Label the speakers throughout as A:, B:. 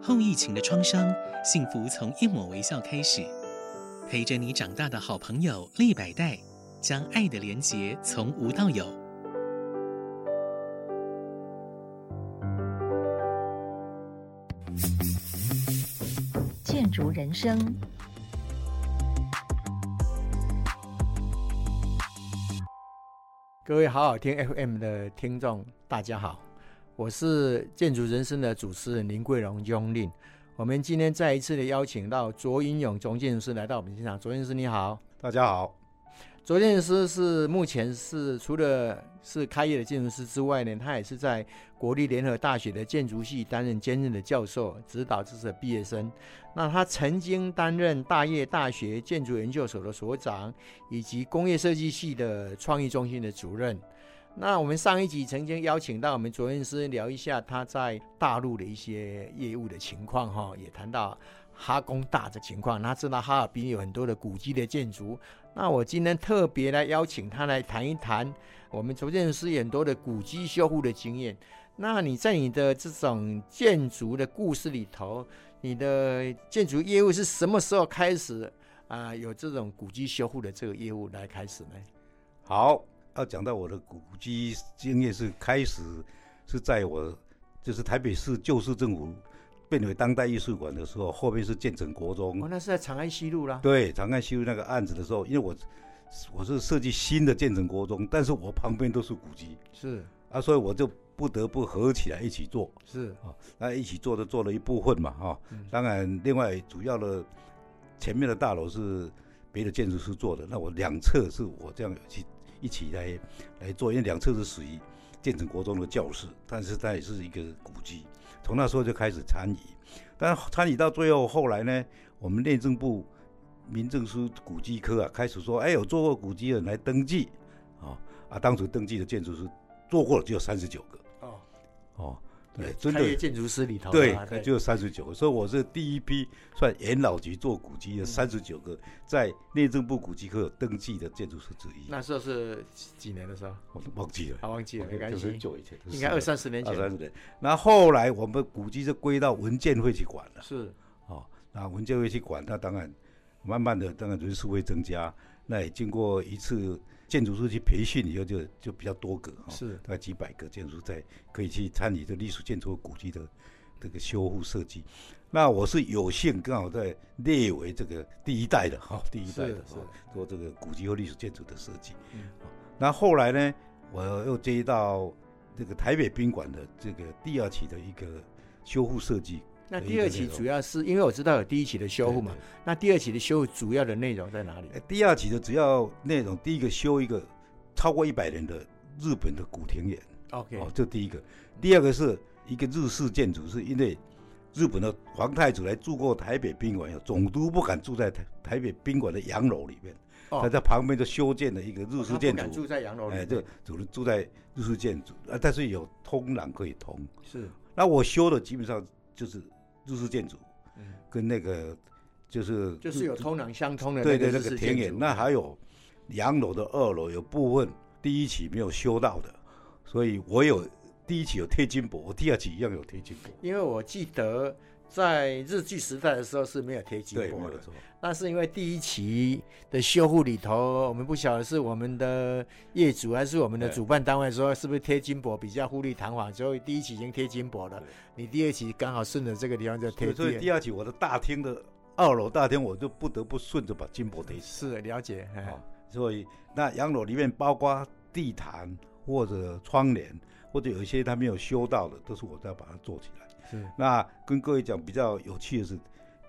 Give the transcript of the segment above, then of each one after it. A: 后疫情的创伤，幸福从一抹微笑开始。陪着你长大的好朋友立百代，将爱的连结从无到有。
B: 建筑人生，
C: 各位好好听 FM 的听众，大家好，我是建筑人生的主持人林桂荣雍令。我们今天再一次的邀请到卓云勇总建筑师来到我们现场。卓建筑师你好，
D: 大家好，
C: 卓建筑师是目前是除了是开业的建筑师之外呢，他也是在国立联合大学的建筑系担任兼任的教授，指导这些毕业生。那他曾经担任大业大学建筑研究所的所长，以及工业设计系的创意中心的主任。那我们上一集曾经邀请到我们卓院师聊一下他在大陆的一些业务的情况哈，也谈到哈工大的情况。他知道哈尔滨有很多的古迹的建筑，那我今天特别来邀请他来谈一谈我们卓建师很多的古迹修复的经验。那你在你的这种建筑的故事里头，你的建筑业务是什么时候开始啊、有这种古迹修复的这个业务来开始呢？
D: 好，要讲到我的古迹经验是开始是在我就是台北市旧市政府变为当代艺术馆的时候，后面是建成国中，
C: 哦，那是在长安西路啦。
D: 嗯对长安修那个案子的时候，因为我我是设计新的建成国中，但是我旁边都是古迹
C: 是
D: 啊，所以我就不得不合起来一起做，
C: 是嗯
D: 那一起做的做了一部分嘛哈、当然另外主要的前面的大楼是别的建筑师做的，那我两侧是我这样去一起来来做，因为两侧是属于建成国中的教室，但是它也是一个古迹，从那时候就开始参与，但参与到最后后来呢，我们内政部民政司古迹科啊开始说，哎，有做过古迹的人来登记，啊、啊，当初登记的建筑师做过的只有三十九个，
C: 哦，
D: 哦，对，真
C: 开
D: 的
C: 业建筑师里头
D: 对
C: 啊，
D: 那就三十九个，所以我是第一批算元老级做古迹的三十九个在内政部古迹科有登记的建筑师之一。
C: 那时候是几年的时候，
D: 我都忘记了，
C: 啊，忘记了，没关
D: 就是很
C: 系，
D: 久以前的事了，
C: 应该二三十年
D: 二三
C: 前
D: 十年。那后来我们古迹就归到文建会去管了，
C: 是
D: 哦，那文建会去管，那当然慢慢的，当然人数会增加。那也经过一次建筑师去培训以后就，就比较多个，哦、
C: 是
D: 大概几百个建筑在可以去参与这历史建筑古迹的这个修复设计。那我是有幸刚好在列为这个第一代的哈、第一代的
C: 是
D: 哈、做这个古迹和历史建筑的设计。
C: 嗯
D: 哦那后来呢，我又接到这个台北宾馆的这个第二期的一个修复设计。
C: 那第二期主要是因为我知道有第一期的修复嘛，
D: 对
C: 那第二期的修复主要的内容在哪里？
D: 对呃第二期的只要内容，第一个修一个超过一百年的日本的古庭园。
C: OK，
D: 哦，这第一个。第二个是一个日式建筑，是因为日本的皇太子来住过台北宾馆以后，总督不敢住在台台北宾馆的洋楼里面，
C: 哦
D: 他在旁边就修建了一个日
C: 他
D: 式
C: 不
D: 建
C: 敢
D: 筑
C: 住。在洋楼里
D: 哎，
C: 面，
D: 这主人住在日式建筑啊，但是有通廊可以通。
C: 是
D: 那我修的基本上就是日式建筑
C: 嗯，
D: 跟那个就是
C: 就是有通廊相通的
D: 对对
C: 那
D: 那
C: 个
D: 个
C: 日式
D: 田
C: 建
D: 野，
C: 筑
D: 那还有洋楼的二楼有部分第一期没有修到的，所以我有第一期有贴金箔，我第二期一样有贴金箔。
C: 因为我记得在日据时代的时候是没有贴金
D: 对，没
C: 箔的
D: 有，错。
C: 那是因为第一期的修护里头，我们不晓得是我们的业主还是我们的
D: 对
C: 主办单位说是不是贴金箔比较富丽堂皇，所以第一期已经贴金箔了
D: 对。
C: 你第二期刚好顺着这个地方就贴
D: 对，所以
C: 第
D: 第
C: 二
D: 二期我的大厅的二楼大厅，我就不得不顺着把金箔贴起。
C: 是了解，哎
D: 啊，所以那洋楼里面包括地毯或者窗帘，或者有一些他没有修到的，都是我在把它做起来。
C: 是
D: 那跟各位讲比较有趣的是，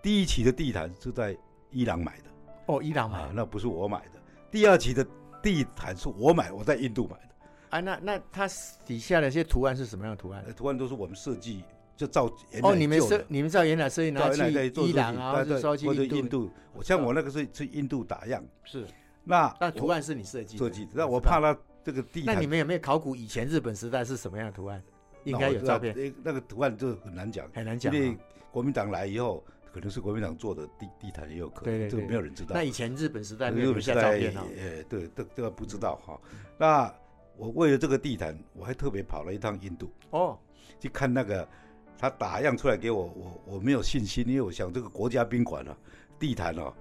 D: 第一期的地毯是在伊朗买的。
C: 哦，伊朗
D: 啊
C: 嘛，，
D: 那不是我买的。第二期的地毯是我买，我在印度买的。
C: 啊，那那它底下的一些图案是什么样的图案
D: 呃？图案都是我们设计，就照原来
C: 哦，你们
D: 旧的
C: 设你们照原来设计拿
D: 照原来在
C: 去
D: 做
C: 伊朗
D: 设计
C: 啊，
D: 对
C: 或者
D: 对
C: 说去
D: 或者
C: 印
D: 印
C: 度
D: 度。我像我那个是去印度打样，
C: 是，
D: 那
C: 但图案是你设计的
D: 设计的，
C: 知道
D: 那我怕它这个地
C: 那
D: 毯，
C: 你们有没有考古以前日本时代是什么样的图案？
D: 那
C: 应该
D: 我
C: 有
D: 知道
C: 照片，
D: 那啊那个图案就很难讲，
C: 很难
D: 因
C: 讲啊。
D: 为国民党来以后，可能是国民党做的地地毯也有可
C: 对对
D: 能，这个
C: 对
D: 没有人知道
C: 那。以前日本时代没
D: 日
C: 有留
D: 本
C: 下
D: 时
C: 照
D: 代也
C: 片哦，
D: 对，这这个不知道哈。那我为了这个地毯，我还特别跑了一趟印度。
C: 哦，
D: 去看那个他打样出来给我，我我没有信心，因为我想这个国家宾馆啊，地毯啊，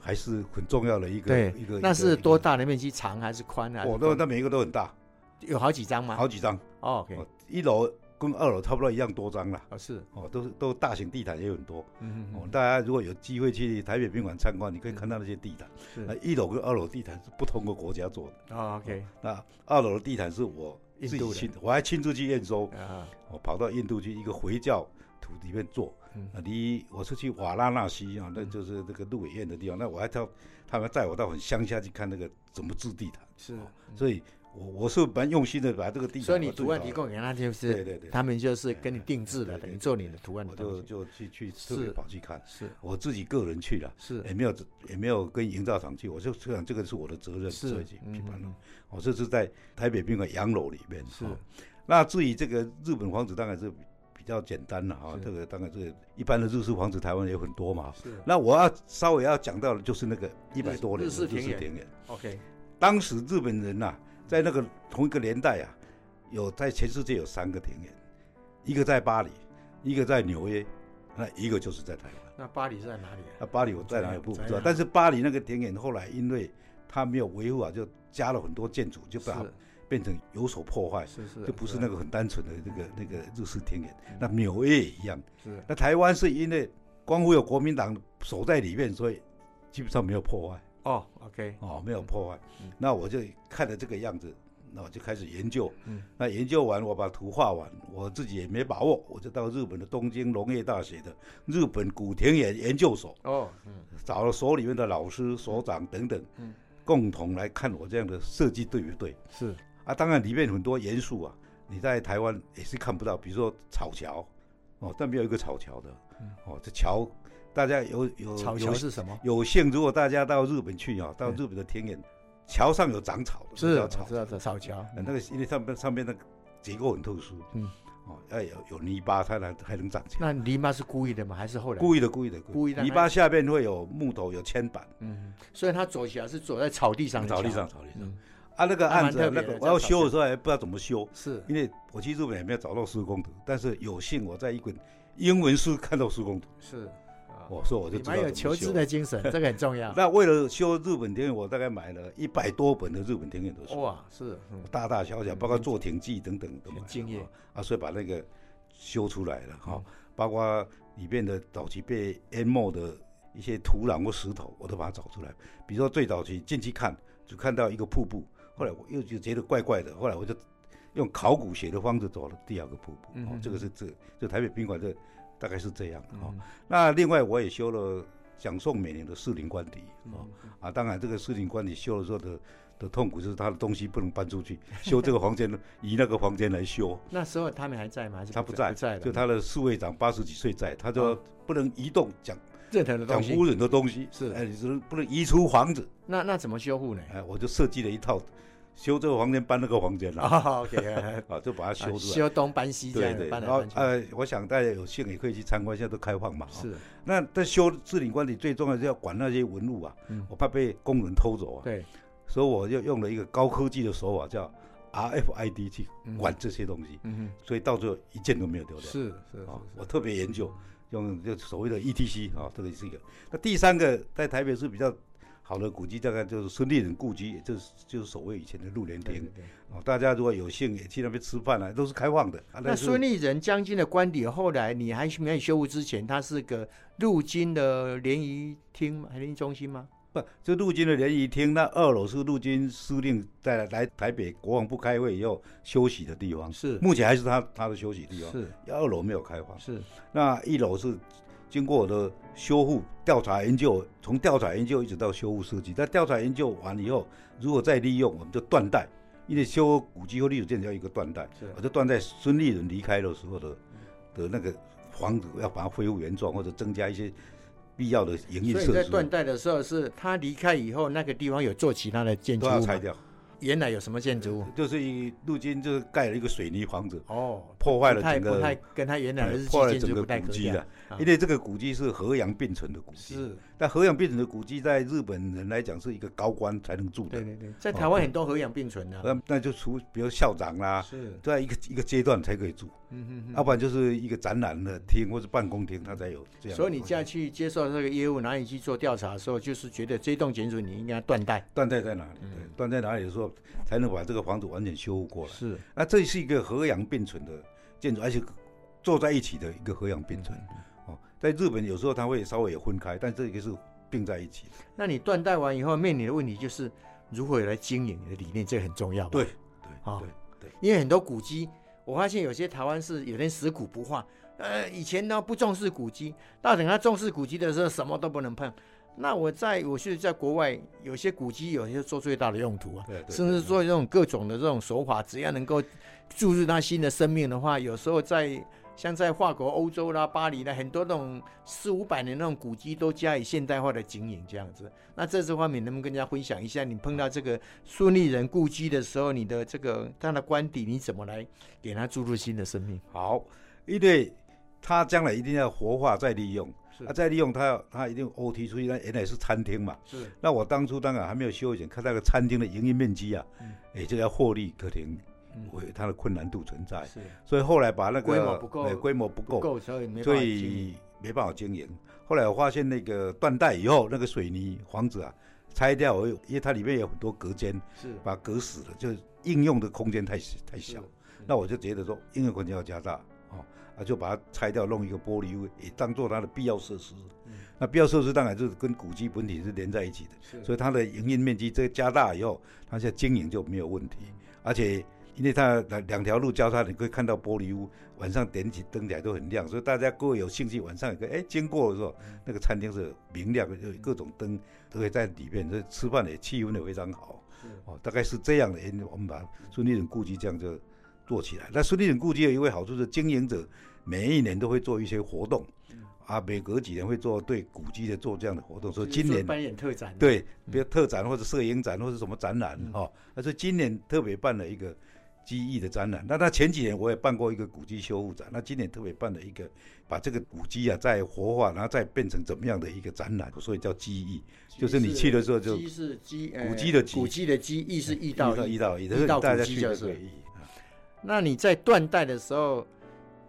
D: 还是很重要的一个
C: 对
D: 一个。
C: 那
D: 一
C: 是
D: 个
C: 多？大的面积？长还是宽还是
D: 我
C: 多？
D: 那那每一个都很大，
C: 有好几张吗？
D: 好几张，
C: 哦，OK，
D: 哦一楼跟二楼差不多一样多张啦。
C: 哦是，
D: 哦，都是都大型地毯也很多
C: 嗯
D: 哦
C: 嗯。
D: 大家如果有机会去台北宾馆参观，你可以看到那些地毯。
C: 是
D: 那一楼跟二楼地毯是不同的国家做的。
C: 嗯，哦 OK，
D: 那二楼的地毯是我自
C: 印度
D: 己
C: 的
D: 亲，我还亲自去验收。
C: 啊，
D: 我哦跑到印度去一个回教土里面做
C: 嗯，
D: 啊，离我是去瓦拉纳西啊，那就是那个鹿尾苑的地方。那我还到他们带我到很乡下去看那个怎么制地毯，
C: 是，
D: 所以我我是蛮用心的把这个地毯。
C: 嗯所以你图案提，供给他就
D: 对
C: 是，
D: 对对，
C: 他们就是跟你定制
D: 对
C: 的，
D: 对
C: 等于做你的图案
D: 我
C: 的
D: 就
C: 东西，
D: 就去去
C: 是
D: 特别跑去看，
C: 是
D: 我自己个人去了。
C: 是
D: 也没有也没有跟营造厂去，我就想这个是我的责任，
C: 是
D: 所以去
C: 嗯
D: 去办了
C: 嗯。
D: 我这是在台北宾馆洋楼里面。
C: 是
D: 哦那至于这个日本房子，当然是比较简单了哈
C: 是。
D: 这个当然这个一般的日式房子，台湾也有很多嘛。
C: 是
D: 那我要稍微要讲到的就是那个一百多年
C: 日
D: 的
C: 式
D: 日
C: 田园
D: 式田园，
C: ，OK，
D: 当时日本人呐、在那个同一个年代啊，有在全世界有三个田园，一个在巴黎，一个在纽约，那一个就是在台湾。
C: 那巴黎是在哪里啊？
D: 那巴黎我在哪里不知
C: 在哪
D: 道，但是巴黎那个田园后来因为它没有维护啊，就加了很多建筑，就把它变成有所破坏，
C: 是是啊是，
D: 就不是那
C: 个
D: 个很单纯的那个那个日式田园
C: 嗯。
D: 那纽约也一样，
C: 是
D: 那台湾是因为光复有国民党守在里面，所以基本上没有破坏
C: 哦，OK，
D: 哦，没有破坏
C: 嗯。
D: 那我就看了这个样子，那我就开始研究
C: 嗯。
D: 那研究完，我把图画完，我自己也没把握，我就到日本的东京农业大学的日本古田园研究所。
C: 哦，嗯，
D: 找了所里面的老师、所长等等，
C: 嗯
D: 共同来看我这样的设计对不对
C: 是
D: 啊？当然里面很多元素啊，你在台湾也是看不到，比如说草桥，哦，但没有一个草桥的
C: 嗯，
D: 哦，这桥大家有有
C: 草
D: 有
C: 桥是什么？
D: 有幸，如果大家到日本去啊，到
C: 嗯
D: 日本的田园，桥上有长草的，
C: 是，
D: 叫
C: 我
D: 草
C: 知道的草桥，
D: 那个因为上面上面那个结构很特殊，
C: 嗯，
D: 哦，要有有泥巴，它才才能长起
C: 那
D: 来。
C: 泥巴是故意的吗？还是后来？
D: 故意的，故意的，
C: 故意让它
D: 泥巴下面会有木头，有铅板，
C: 嗯，所以他走起来是走在草地上的
D: 草地
C: 桥
D: 上，，草地上。
C: 嗯，
D: 啊，那个案子啊、
C: 还蛮特别
D: 那
C: 的
D: 个我要修的时候还不知道怎么修，
C: 是
D: 因为我去日本也没有找到施工图，但是有幸我在一本英文书看到施工图，
C: 是，啊
D: 我说我就
C: 你
D: 知道
C: 蛮有
D: 怎
C: 求
D: 么修
C: 知。的精神，这个很重 要。
D: 那为了修日本电影，我大概买了一百多本的日本电影的书，
C: 哇，是，嗯
D: 大大小小，包括做艇记等等都买
C: 很
D: 了
C: 敬业
D: 哈啊，所以把那个修出来了哈、
C: 嗯
D: 包括里面的早期被淹没的一些土壤或石头，我都把它找出来。比如说最早期进去看，就看到一个瀑布，后来我又就觉得怪怪的，后来我就用考古学的方式找了第二个瀑布。
C: 嗯
D: 哦
C: 嗯，
D: 这个是这这台北宾馆这大概是这样的哈、
C: 嗯
D: 那另外我也修了蒋宋美龄的士林官邸哦
C: 嗯
D: 啊，当然这个士林官邸修的时候的。的痛苦就是他的东西不能搬出去，修这个房间移那个房间来修，
C: 那时候他们还在吗？还是
D: 他不在，
C: 不在了。
D: 就他的侍卫长八十几岁在，他
C: 嗯
D: 就不能移动讲
C: 任何的
D: 讲
C: 东西
D: 污，染的东西，
C: 是
D: 哎，你只能不能移出房子，
C: 那那怎么修复呢？
D: 哎，我就设计了一套，修这个房间搬那个房间了，
C: 啊，OK，
D: 啊，就把它修
C: 啊
D: 出来。
C: 修东搬西这
D: 对
C: 样
D: 对，
C: 搬来
D: 然后
C: 搬去。
D: 呃，我想大家有幸也可以去参观，现在都开放嘛。哦，
C: 是，
D: 那在修治理管理最重要是要管那些文物啊
C: 嗯，
D: 我怕被工人偷走啊，
C: 对，
D: 所以我就用了一个高科技的手法，叫 RFID 去
C: 嗯
D: 管这些东西，
C: 嗯
D: 所以到最后一件都没有丢
C: 哼，
D: 掉。
C: 是是是
D: 啊，
C: 是
D: 我特别研究用就所谓的 ETC 啊，这个是一个。那第三个在台北是比较好的古迹，大概就是孙立人故居，也就是就是所谓以前的陆联
C: 对
D: 亭
C: 对对。
D: 哦。大家如果有幸也去那边吃饭啊，都是开放的。啊、
C: 那
D: 是
C: 孙立人将军的官邸，后来你还没有修复之前，它是个陆军的联谊厅吗？联谊中心吗？
D: 不就陆军的联谊厅，那二楼是陆军司令在来台北国防部开会以后休息的地方，
C: 是
D: 目前还是他他的休息地哦方。
C: 是
D: 二楼没有开放，
C: 是
D: 那一楼是经过我的修复、调查研究，从调查研究一直到修复设计。在调查研究完以后，如果再利用，我们就断代，因为修古迹或历史建筑要一个断代，
C: 是
D: 我就断在孙立人离开的时候的的那个房子，要把它恢复原状，或者增加一些必要的营运
C: 所以你
D: 设
C: 在
D: 施，
C: 断代的时候，是他离开以后，那个地方有做其他的建筑
D: 都要
C: 物
D: 拆
C: 吗？
D: 掉。
C: 原来有什么建筑物？
D: 就是一陆军就是盖了一个水泥房子，
C: 哦，
D: 破坏
C: 不
D: 了
C: 太
D: 整
C: 不太
D: 个。哎
C: 跟他原来的日
D: 破
C: 系
D: 坏了
C: 建
D: 整
C: 筑
D: 个
C: 不太
D: 古
C: 可
D: 迹
C: 以
D: 了
C: 啊，
D: 因为这个古迹是河洋并存的古迹，
C: 是
D: 但合养并存的古迹，在日本人来讲是一个高官才能住的
C: 对，对对，
D: 哦
C: 在台湾很多合养并存的、啊
D: 那那就除比如校长啦，
C: 是，
D: 在一个一个阶段才可以住，
C: 嗯哼哼
D: 啊要不然就是一个展览的厅或者办公厅，它才有这样。
C: 所以你这样去接受这个业务，哪里去做调查的时候，就是觉得这栋建筑你应该断代。
D: 断代在哪
C: 嗯
D: 里？对，断代哪里的时候，才能把这个房子完全修复过来？
C: 是，
D: 那这是一个合养并存的建筑，而且坐在一起的一个合养并存。
C: 嗯
D: 哦，在日本有时候它会稍微有分开，但这个是并在一起的。
C: 那你断代完以后，面临的问题就是如何来经营你的理念，这个很重要吧。
D: 对
C: 好
D: 对对
C: 因为很多古迹，我发现有些台湾是有点死古不化，呃，以前呢不重视古迹，到等他重视古迹的时候，什么都不能碰。那我在我是在国外，有些古迹有些做最大的用途啊，
D: 对对，
C: 甚至做这种各种的这种手法，只要能够注入它新的生命的话，有时候在像在法国、欧洲啦、巴黎啦，很多那种四五百年那种古迹都加以现代化的经营这样子。那在这方面，能不能跟大家分享一下，你碰到这个孙立人故居的时候，你的这个他的官邸，你怎么来给他注入新的生命？
D: 好，因为它将来一定要活化再利用，
C: 是
D: 啊，再利用它，它一定 OT 出去。那原来是餐厅嘛，
C: 是
D: 那我当初当然还没有修以前，看那个餐厅的营业面积啊，哎、
C: 嗯
D: 这个要获利可能
C: 嗯
D: 会有它的困难度存在，
C: 是，
D: 所以后来把那个
C: 规模不够
D: 哎规模不
C: 不
D: 够，
C: 够所以没办
D: 所
C: 法经营。
D: 以没办法经营。后来我发现那个断代以后，那个水泥房子啊拆掉，我又因为它里面有很多隔间，
C: 是
D: 把它隔死了，就是应用的空间太小太
C: 是
D: 小。那我就觉得说，应用空间要加大哦，啊，就把它拆掉，弄一个玻璃屋，也当做它的必要设施。
C: 嗯
D: 那必要设施当然就是跟古迹本体是连在一起的。
C: 是
D: 所以它的营运面积这个加大以后，它现在经营就没有问题，而且因为它的两条路交叉，你可以看到玻璃屋晚上点起灯起来都很亮，所以大家各位有兴趣晚上也可以哎经过的时候，那个餐厅是明亮的，有各种灯都可以在里面，所以吃饭的气氛也非常好
C: 是。
D: 哦，大概是这样的原因，我们把孙立人故居这样就做起来。那孙立人故居有一个好处是，经营者每一年都会做一些活动。
C: 嗯
D: 啊，每隔几年会做对古迹的做这样的活动，所以今
C: 就是
D: 年
C: 扮演特展，，
D: 对，比如特展或者摄影展或者什么展览
C: 嗯
D: 哈，那、是今年特别办了一个记忆的展览。那他前几年我也办过一个古迹修复展，那今年特别办了一个把这个古迹啊再活化，然后再变成怎么样的一个展览，所以叫记忆，就是你去的时候就
C: 鸡是鸡，呃
D: 古迹的鸡嗯
C: 古迹的鸡，意是意到
D: 到
C: 意
D: 一到一，
C: 一到
D: 大家
C: 古迹
D: 去
C: 就
D: 的
C: 是
D: 可以。
C: 那你在断代的时候，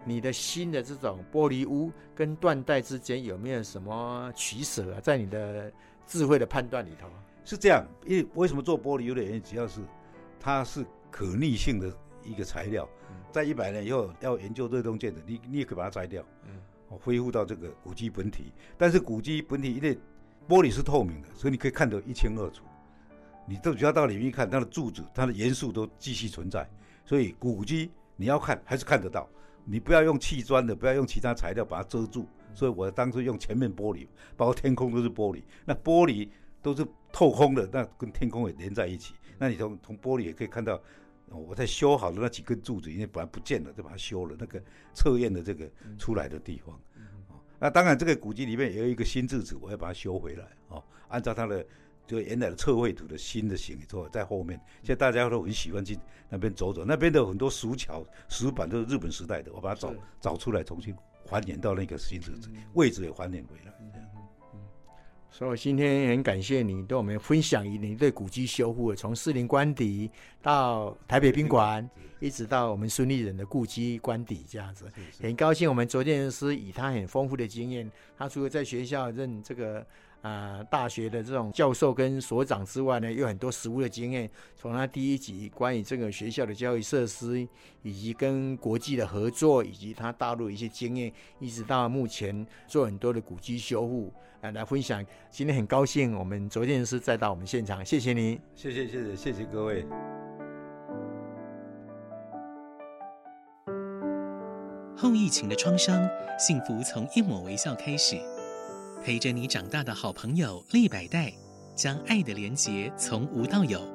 C: 你的新的这种玻璃屋跟断代之间有没有什么取舍啊？在你的智慧的判断里头，啊
D: 是这样，因为为什么做玻璃有点原因，只要是它是可逆性的一个材料
C: 嗯，
D: 在一百年以后要研究这栋建筑，你你也可以把它摘掉，
C: 嗯
D: 哦，恢复到这个古迹本体。但是古迹本体因为玻璃是透明的，所以你可以看得一清二楚。你都只要到里面一看，它的柱子、它的元素都继续存在，所以古迹你要看还是看得到。你不要用砌砖的，不要用其他材料把它遮住。所以我当初用前面玻璃，包括天空都是玻璃。那玻璃都是透空的，那跟天空也连在一起。那你从从玻璃也可以看到，哦我在修好的那几根柱子，因为本来不见了，就把它修了。那个测验的这个出来的地方，哦那当然这个古迹里面也有一个新字子，我要把它修回来哦，按照它的。就原来的测绘图的新的形做在后面，现在大家都很喜欢去那边走走，那边的很多石桥、石板都是日本时代的，我把它找
C: 是
D: 找出来，重新还原到那个新字子位置也还原回来。
C: 嗯
D: 这样
C: 所以我今天很感谢你对我们分享你对古迹修复的，从士林官邸到台北宾馆，一直到我们孙立人的故居官邸这样子。很高兴我们卓建师以他很丰富的经验，他除了在学校任这个啊、呃大学的这种教授跟所长之外呢，又有很多实务的经验。从他第一集关于这个学校的教育设施，以及跟国际的合作，以及他大陆的一些经验，一直到目前做很多的古迹修复啊、呃来分享。今天很高兴我们卓建师再到我们现场，谢谢您。
D: 谢谢谢谢谢谢各位。
A: 后疫情的创伤，幸福从一抹微笑开始。陪着你长大的好朋友利百代，将爱的连结从无到有。